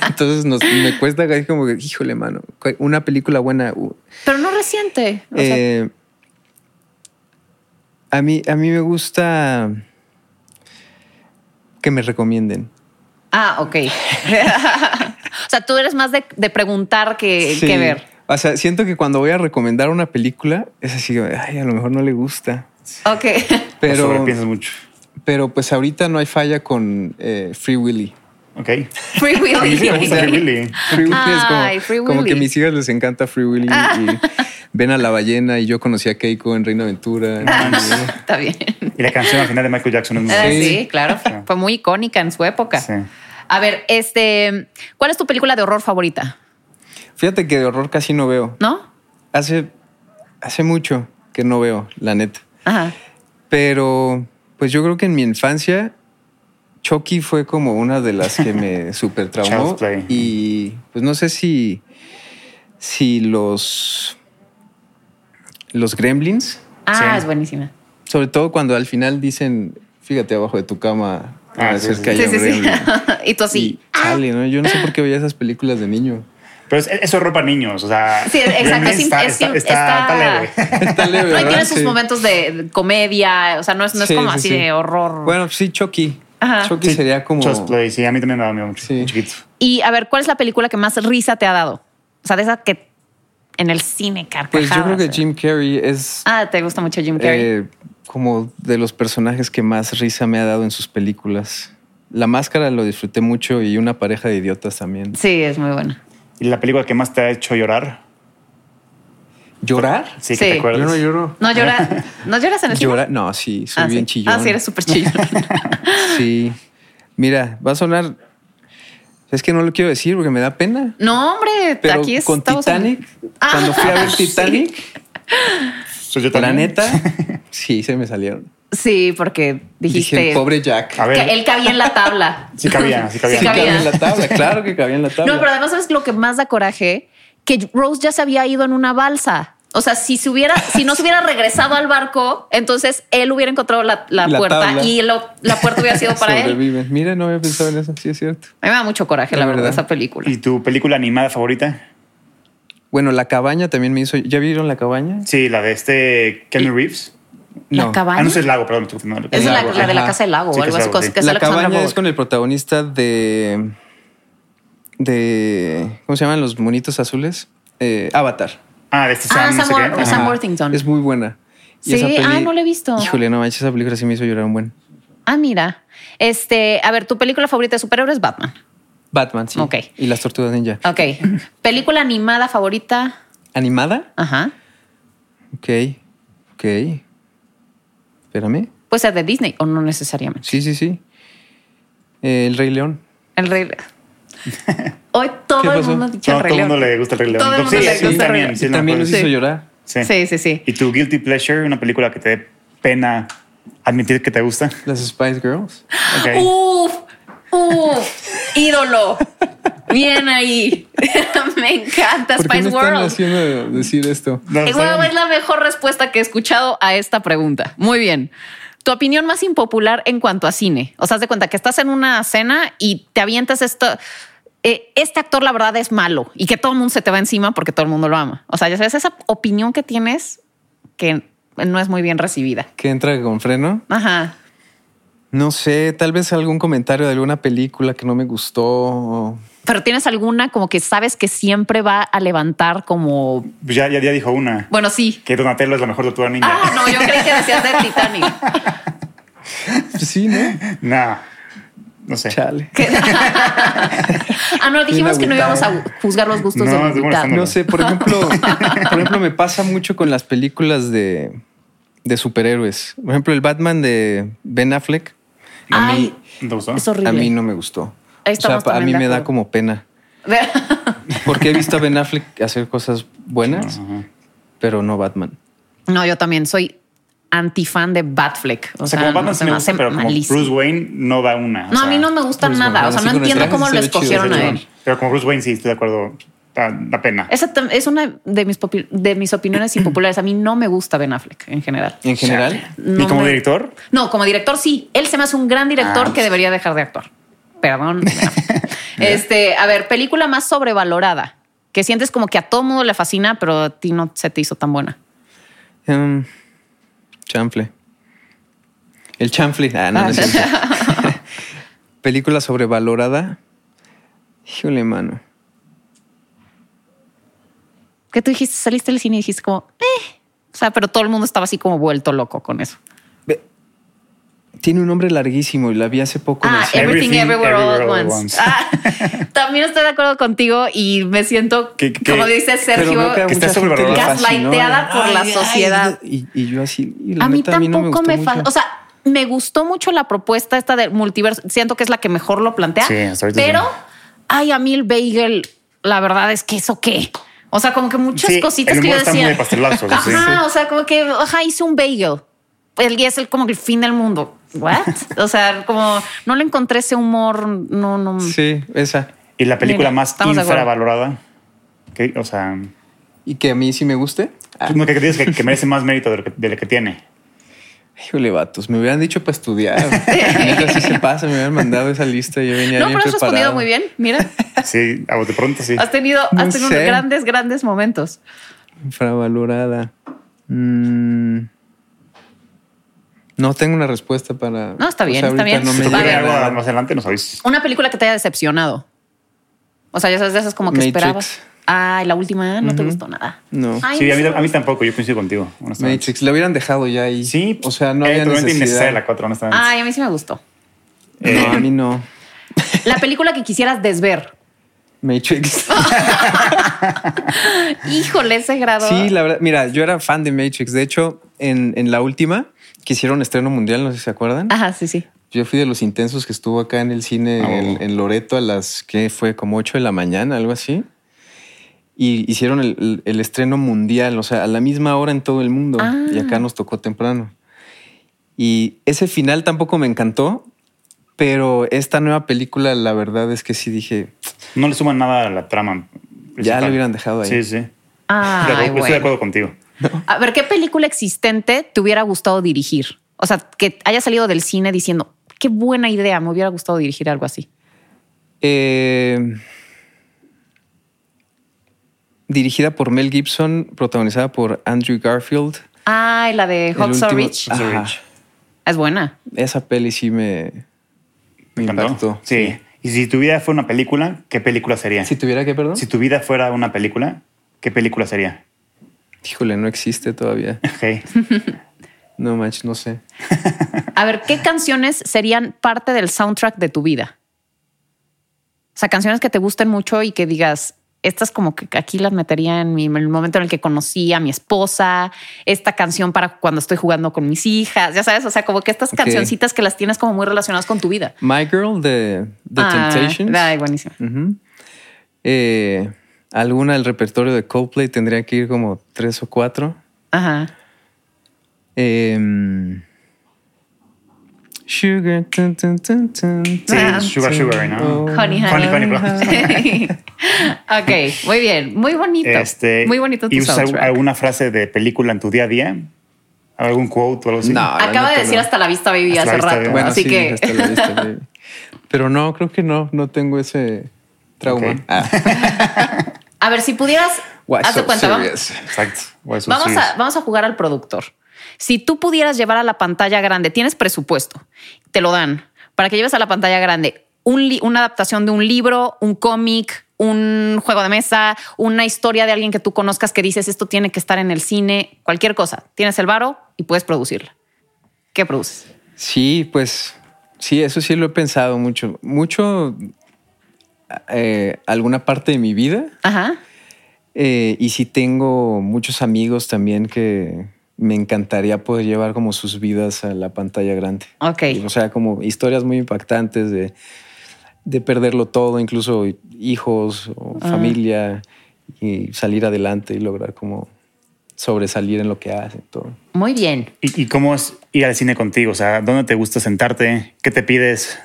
Entonces, nos- me cuesta es como que, híjole, mano, una película buena. uh,
Pero no reciente. O sea,
Eh, a, mí, a mí me gusta que me recomienden.
Ah, ok. o sea, tú eres más de, de preguntar que,
Sí.
eh, que ver.
O sea, siento que cuando voy a recomendar una película, es así, ay, a lo mejor no le gusta.
Ok.
Pero.
Pero,
Sobrepiensas mucho.
pero pues ahorita no hay falla con eh, Free Willy.
Ok.
Free
A mí sí me
Willy.
gusta Free Willy.
Free Willy es como,
Ay, Free
como
Willy. Ah.
que a mis hijas les encanta Free Willy y ven a la ballena y yo conocí a Keiko en Reino Aventura.
Ah. Está bien.
Y la canción al final de Michael Jackson es muy
Ah,
buena.
Sí, claro. Fue muy icónica en su época.
Sí.
A ver, este, ¿cuál es tu película de horror favorita?
Fíjate que de horror casi no veo.
¿No?
Hace, hace mucho que no veo, la neta.
Ajá.
Pero pues yo creo que en mi infancia Chucky fue como una de las que me super traumó
Child's Play.
y pues no sé si si los los gremlins,
Ah,
Sí.
es buenísima.
sobre todo cuando al final dicen, fíjate abajo de tu cama,
Ah,
a
sí,
hacer
sí,
que
Sí,
haya
sí,
un
sí. Oh,
gremlin.
y tú así.
Y chale, ¿no? Yo no sé por qué veía esas películas de niño.
Pero es, es horror para niños. O sea.
Sí, exacto.
realmente
Es,
está,
es-
está, está, está leve.
Está leve,
No, y
¿verdad?
tiene sus
Sí.
momentos de de comedia. O sea, no es, no es
Sí,
como
sí,
así
sí.
de horror.
Bueno, pues sí, Chucky.
Ajá.
Chucky
Sí,
sería como
Child's Play, sí, a mí también me da miedo mucho.
Sí.
Chiquito.
Y a ver, ¿cuál es la película que más risa te ha dado? O sea, de esa que en el cine carcajadas. ¿eh?
Pues yo creo que Jim Carrey es
Ah, te gusta mucho Jim Carrey.
Eh, como de los personajes que más risa me ha dado en sus películas. La máscara lo disfruté mucho y una pareja de idiotas también.
Sí, es muy buena.
¿Y la película que más te ha hecho llorar?
¿Llorar?
Sí, que
Sí.
te acuerdas.
Yo no lloro.
No lloras, no lloras en el cine?
¿Llorar? No, sí, soy
Ah,
bien
sí.
chillón.
Ah, sí, eres súper chillón.
Sí. Mira, va a sonar. Es que no lo quiero decir porque me da pena.
no, hombre,
Pero
aquí
con
estamos en-
Titanic,
Ah,
cuando fui a ver
sí.
Titanic,
Pues yo
la
también.
neta, sí, se me salieron.
Sí, porque dijiste
Dije, pobre Jack.
A ver.
que él cabía en la tabla.
Sí cabía, sí cabía.
Sí cabía en
cabía.
la tabla, claro que cabía en la tabla.
No, pero además es lo que más da coraje, que Rose ya se había ido en una balsa. O sea, si se hubiera, si no se hubiera regresado al barco, entonces él hubiera encontrado la, la
La
puerta
tabla.
y lo- la puerta hubiera sido para él.
Sobreviven. Mira, no había pensado en eso, sí es cierto.
A mí me da mucho coraje, la,
La
verdad,
verdad.
esa película.
¿Y tu película animada favorita?
Bueno, la cabaña también me hizo. ¿Ya vieron la cabaña?
Sí, la de este Keanu Reeves.
La
No.
cabaña.
Ah, no, ese es Lago, perdón. estoy confundiendo.
Esa es la,
Lago,
la de la
ajá.
casa del lago
Sí,
o
que
algo
es
así.
Lago,
que
sí.
es
la
Alexandra
cabaña
Bogart.
es con el protagonista de. de ¿Cómo se llaman los monitos azules? Eh, Avatar.
Ah, de este Sam,
Ah,
no
Sam,
sé qué.
Wor- Sam
Ajá.
Worthington.
Es muy buena.
Sí, ah, no la he visto.
Híjole, no manches, esa película sí me hizo llorar un buen.
Ah, mira. Este, a ver, tu película favorita de superhéroes, Batman.
Batman, sí.
Ok.
Y las tortugas ninja.
Ok. película animada favorita.
¿Animada?
Ajá.
Ok. Ok. Espérame.
Puede ser de Disney o no necesariamente.
Sí, sí, sí. Eh, el Rey León.
El Rey León. Hoy todo
¿Qué
el
pasó?
mundo ha dicho
No,
el Rey
todo el
León.
mundo le gusta el Rey León.
Todo el mundo
sí,
le
sí,
gusta el Rey
también,
León.
sí,
Y
no,
también
pues,
nos hizo llorar.
sí.
Sí, sí, sí.
¿Y tu guilty pleasure, una película que te dé pena admitir que te gusta?
Las Spice Girls.
Ok.
Uf, uf, ídolo. Bien ahí. me encanta
¿Por qué
Spice
me están
World.
haciendo decir esto?
No,
Eh,
está
guau,
bien.
es la mejor respuesta que he escuchado a esta pregunta. Muy bien. Tu opinión más impopular en cuanto a cine. O sea, haz de cuenta que estás en una cena y te avientas esto. eh, este actor, la verdad, es malo y que todo el mundo se te va encima porque todo el mundo lo ama. O sea, ya sabes, esa opinión que tienes que no es muy bien recibida.
Que entra con freno.
Ajá.
No sé, tal vez algún comentario de alguna película que no me gustó. o-
Pero tienes alguna como que sabes que siempre va a levantar como.
Pues ya, ya, ya dijo una.
Bueno, sí.
Que Donatello es la mejor tortuga ninja.
Ah, no, yo creí que decías de Titanic.
pues Sí, ¿no?
No. No sé.
Chale.
Que- ah, no, dijimos que no íbamos a juzgar los gustos
No,
del
seguro
invitado.
están-
No sé, por ejemplo, por ejemplo, me pasa mucho con las películas de, de superhéroes. Por ejemplo, el Batman de Ben Affleck, a
Ay,
¿No te gustó?
es horrible.
a mí no me gustó.
Ahí
O sea,
estamos
pa- a
también
mí
de
me da
acuerdo.
como pena. Porque he visto a Ben Affleck hacer cosas buenas,
Ajá.
pero no Batman.
No, yo también soy antifan de Batfleck. O,
O sea,
sea,
como Batman
no, se
sí
me
me
hace
gusta, pero como
malísimo.
Bruce Wayne no da una.
no, a mí no me gusta
Bruce
nada.
Wayne,
O sea,
así
no
con el
entiendo
traje
cómo
se
lo
ve chido,
escogieron
se
a
ve
él.
chido.
Pero como Bruce Wayne sí, estoy de acuerdo. Da, da pena.
Esa tam- es una de mis, popi- de mis opiniones impopulares. A mí no me gusta Ben Affleck en general.
En general,
No
¿Y como
me-
director?
No, como director sí. Él se me hace un gran director
Ah,
que
sí.
debería dejar de actuar. Perdón. Ben Affleck. este, a ver, película más sobrevalorada que sientes como que a todo mundo le fascina, pero a ti no se te hizo tan buena.
em, chanfle. El chanfle. Ah, no, no es cierto. Película sobrevalorada. Híjole, mano.
Que tú dijiste, saliste del cine y dijiste como, eh. O sea, pero todo el mundo estaba así como vuelto loco con eso.
Ve- Tiene un nombre larguísimo y la vi hace poco. en el
Ah,
cine.
Everything,
Everything,
Everywhere, All at
Everywhere All
Once.
at Once.
Ah, también estoy de acuerdo contigo y me siento,
Que- que-
como dice
Pero
Sergio,
veo a
que está
mucha gente le
sobrevalorada.
fascinó.
Gaslighteada por la sociedad.
Y, y yo así. y la
a mí
neta, no
tampoco
gustó
me,
mucho.
fa- O sea, me gustó mucho la propuesta esta del multiverso. Siento que es la que mejor lo plantea.
Sí, hasta ahorita
pero,
sí.
ay, a mí el bagel, la verdad es que eso qué. O sea, como que muchas
Sí,
cositas
el
que yo
humor está muy
decía.
de pastelazo,
Ajá,
sí.
o sea, como que, ajá, hice un bagel. El día es el, como que el fin del mundo. What? o sea, como no le encontré ese humor. No, no.
Sí, esa.
¿Y la película
Mira,
más
estamos de acuerdo.
infravalorada? Que, O sea,
Y que a mí sí me guste. Ah,
¿tú no que crees que, que merece más mérito de lo que, de lo que tiene?
Híjole, vatos. Me hubieran dicho para estudiar. Neta, sí se pasa. Me hubieran mandado esa lista. y Yo venía
No,
bien
pero has respondido
preparado.
muy bien. Mira,
Sí, a bote pronto sí.
has tenido,
No
has tenido
sé.
grandes, grandes momentos.
Infravalorada. Mm. No tengo una respuesta para.
No, está
o sea,
bien, está
ahorita
bien.
No me
Si
Está
llega
bien.
tuviera algo
nada.
más adelante, nos avisas.
Una película que te haya decepcionado. O sea, ya sabes, de esas como que
Matrix.
esperabas. Ay, la última no te gustó nada.
No.
Ay,
Sí, a mí,
no.
a mí tampoco, yo coincido contigo. honestamente.
Matrix, la hubieran dejado ya ahí.
Sí,
O sea, no
eh,
había
totalmente innecesaria
necesidad.
la 4, honestamente.
Ay, a mí sí me gustó.
No, a mí no.
La película que quisieras desver.
Matrix.
Híjole, ese grado.
Sí, la verdad. Mira, yo era fan de Matrix. De hecho, en, en la última que hicieron estreno mundial, no sé si se acuerdan.
Ajá, sí, sí.
Yo fui de los intensos que estuvo acá en el cine
Oh.
en, en Loreto a las que fue como 8 de la mañana, algo así. Y hicieron el, el- el estreno mundial, o sea, a la misma hora en todo el mundo.
Ah.
Y acá nos tocó temprano. Y ese final tampoco me encantó, pero esta nueva película, la verdad es que sí dije,
No le suman nada a la trama.
ya
principal.
lo hubieran dejado ahí.
Sí, sí. De acuerdo-
Ay,
Estoy de
bueno.
acuerdo contigo.
A ver, ¿qué película existente te hubiera gustado dirigir? O sea, que haya salido del cine diciendo, qué buena idea, me hubiera gustado dirigir algo así.
Eh, dirigida por Mel Gibson, protagonizada por Andrew Garfield.
Ay, la de
El
Hacksaw
último- Ah.
Ridge.
Hacksaw
Ajá.
Ridge.
Es buena.
Esa peli sí me, me
Me encantó.
impactó.
Sí. Y si tu vida fuera una película, ¿qué película sería?
Si tuviera que, perdón.
Si tu vida fuera una película, ¿qué película sería?
Híjole, no existe todavía.
Ok.
No manches, no sé.
A ver, ¿qué canciones serían parte del soundtrack de tu vida? O sea, canciones que te gusten mucho y que digas, estas como que aquí las metería en, mi- en el momento en el que conocí a mi esposa, esta canción para cuando estoy jugando con mis hijas, ya sabes, o sea, como que estas
Ok.
cancioncitas que las tienes como muy relacionadas con tu vida.
My Girl de The
Ah,
Temptations.
Ay, buenísimo.
Ujú. Eh, alguna del repertorio de Coldplay tendría que ir como tres o cuatro.
Ajá.
Em, sugar. tun, tun, tun, tun,
Ah,
tun,
Sugar,
tun,
Sugar, ¿no?
oh.
Honey,
Honey,
honey.
honey, bro.
ok, muy bien, muy bonito.
Este,
muy bonito tu
¿Y usas
soundtrack.
alguna frase de película en tu día a día? ¿Algún quote o algo así?
No, la
Acaba de
neta
decir
no.
hasta la vista baby hace
Hasta la vista,
rato,
baby.
Bueno,
así
sí,
que
hasta la vista, baby. Pero no, creo que no, no tengo ese trauma.
Ok.
Ah,
A ver, si pudieras,
why
haz de
so
cuenta, vamos,
serious?
Exacto. Voy sus
vamos
series.
a, vamos a jugar al productor. Si tú pudieras llevar a la pantalla grande, tienes presupuesto, te lo dan para que lleves a la pantalla grande un li- una adaptación de un libro, un cómic, un juego de mesa, una historia de alguien que tú conozcas que dices esto tiene que estar en el cine, cualquier cosa. Tienes el varo y puedes producirla. ¿Qué produces?
Sí, pues sí, eso sí lo he pensado mucho. Mucho eh, alguna parte de mi vida.
Ajá.
Eh, y sí tengo muchos amigos también que me encantaría poder llevar como sus vidas a la pantalla grande.
Ok.
O sea, como historias muy impactantes de, de perderlo todo, incluso hijos o familia, y salir adelante y lograr como sobresalir en lo que hacen. Todo.
Muy bien.
¿Y, y cómo es ir al cine contigo? O sea, ¿dónde te gusta sentarte? ¿Qué te pides?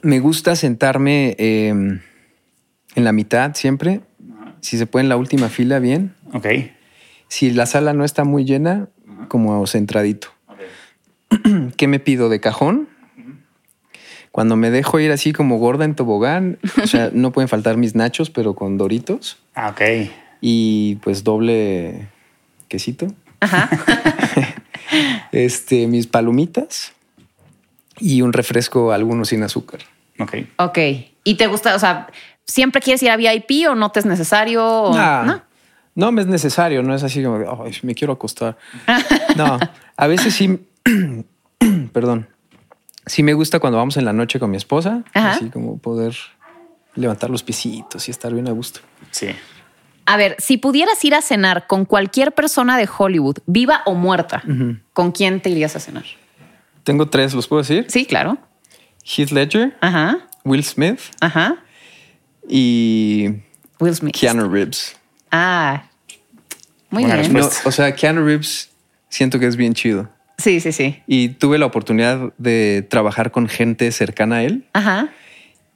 Me gusta sentarme eh, en la mitad siempre. Si se puede en la última fila, bien.
Ok.
Si la sala no está muy llena, como centradito. ¿Qué me pido de cajón? Cuando me dejo ir así como gorda en tobogán, o sea, no pueden faltar mis nachos, pero con doritos
Ah, ok.
y pues doble quesito.
Ajá.
Este, mis palomitas y un refresco, alguno sin azúcar.
Ok.
Ok. ¿Y te gusta, o sea, siempre quieres ir a VIP o no te es necesario? o-
Ah,
¿no?
No me es necesario, no es así como, de, "Ay, me quiero acostar. No, a veces sí, perdón, sí me gusta cuando vamos en la noche con mi esposa,
Ajá.
así como poder levantar los piecitos y estar bien a gusto.
Sí.
A ver, si pudieras ir a cenar con cualquier persona de Hollywood, viva o muerta, ¿con quién te irías a cenar?
Tengo tres, ¿los puedo decir?
Sí, claro.
Heath Ledger,
Ajá,
Will Smith
ajá.
y
Will Smith.
Keanu Reeves.
Ah, muy
Buena
bien.
respuesta.
No, o sea, Keanu Reeves siento que es bien chido.
Sí, sí, sí.
Y tuve la oportunidad de trabajar con gente cercana a él.
Ajá.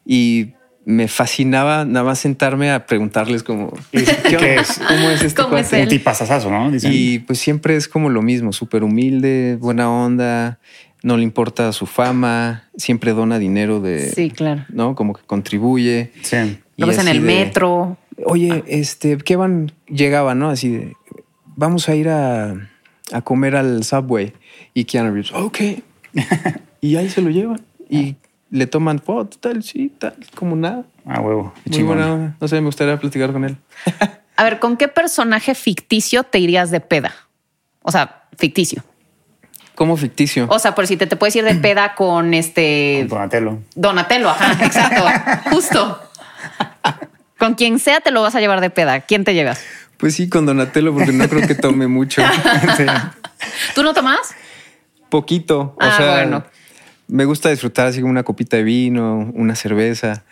y me fascinaba nada más sentarme a preguntarles como
¿Y
¿qué
qué
onda?
es?
¿Cómo es este
¿Cómo es
cuate?
él?
Un tipazazazo, ¿no? Dicen.
Y pues siempre es como lo mismo, súper humilde, buena onda, no le importa su fama, siempre dona dinero de,
Sí, claro.
¿no? Como que contribuye.
Sí.
Lo
Y
ves en
así
el
de,
metro.
Oye, este, ¿qué van? Llegaba, ¿no? Así de, vamos a ir a, a comer al Subway. Y Keanu Reeves, ok. y ahí se lo llevan. Y le toman foto, tal, sí, tal, como nada.
Ah, huevo. qué
Muy
chingón.
buena onda. No sé, me gustaría platicar con él.
A ver, ¿con qué personaje ficticio te irías de peda? O sea, ficticio.
Como ficticio.
O sea, por si te, te puedes ir de peda con este
Donatello.
Donatello, ajá, exacto, justo. Con quien sea te lo vas a llevar de peda. ¿Quién te llevas?
Pues sí, con Donatello, porque no creo que tome mucho.
Sí.
¿Tú no tomas?
Poquito. O
Ah,
sea,
bueno.
me gusta disfrutar así como una copita de vino, una cerveza.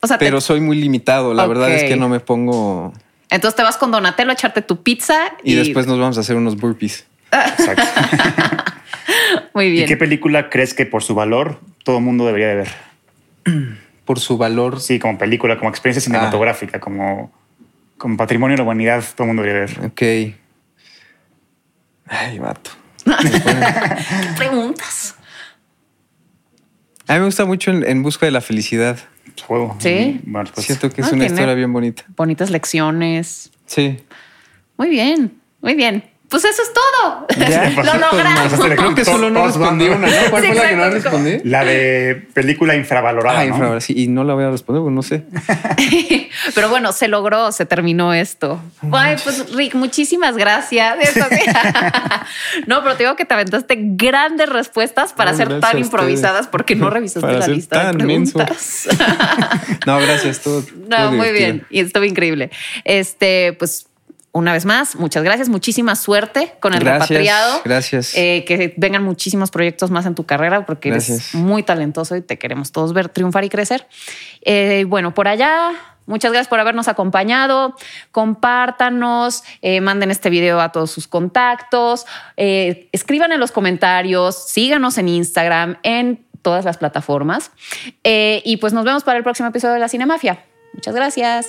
O sea, Ah, te-
Pero soy muy limitado. La verdad es
Ok.
que no me pongo.
entonces te vas con Donatello a echarte tu pizza y,
Y, después nos vamos a hacer unos burpees.
Exacto.
Muy
¿Y
bien.
qué película crees que por su valor todo el mundo debería de ver?
Por su valor.
Sí, como película, como experiencia
Ah.
cinematográfica, como, como patrimonio de la humanidad, todo el mundo debería ver.
Ok. Ay, vato.
¿Qué preguntas?
A mí me gusta mucho en, En Busca de la Felicidad.
Juego.
Sí.
Buena respuesta.
Siento que es
Ah,
una
tiene-
historia bien bonita.
Bonitas lecciones.
Sí.
Muy bien, muy bien. Pues eso es todo.
Ya. pues,
lo logramos.
Pasaste de-
Creo que solo no
Todos van,
respondí
¿no?
una, ¿no? ¿Cuál
Sí,
fue la que Ah, no
exacto, es como-
respondí?
La de película infravalorada.
Ay,
¿no?
Fran, ahora sí, y no la voy a responder porque no sé.
Pero bueno, se logró, se terminó esto. Ay, pues Rick, muchísimas gracias. Eso sí. no, pero te digo que te aventaste grandes respuestas para
No,
ser
gracias
tan
a
improvisadas
ustedes.
porque no revisaste
Para
la
ser
lista de
tan menso.
preguntas.
No, gracias, todo. todo
No, muy
divertido.
bien. Y estuvo increíble. Este, pues una vez más, muchas gracias. Muchísima suerte con el
Gracias,
repatriado.
gracias.
Eh, que vengan muchísimos proyectos más en tu carrera porque eres
Gracias.
muy talentoso y te queremos todos ver triunfar y crecer. Eh, bueno, por allá. Muchas gracias por habernos acompañado. Compártanos, eh, manden este video a todos sus contactos, eh, escriban en los comentarios, síganos en Instagram, en todas las plataformas. Eh, y pues nos vemos para el próximo episodio de La Cinemafia. Muchas gracias.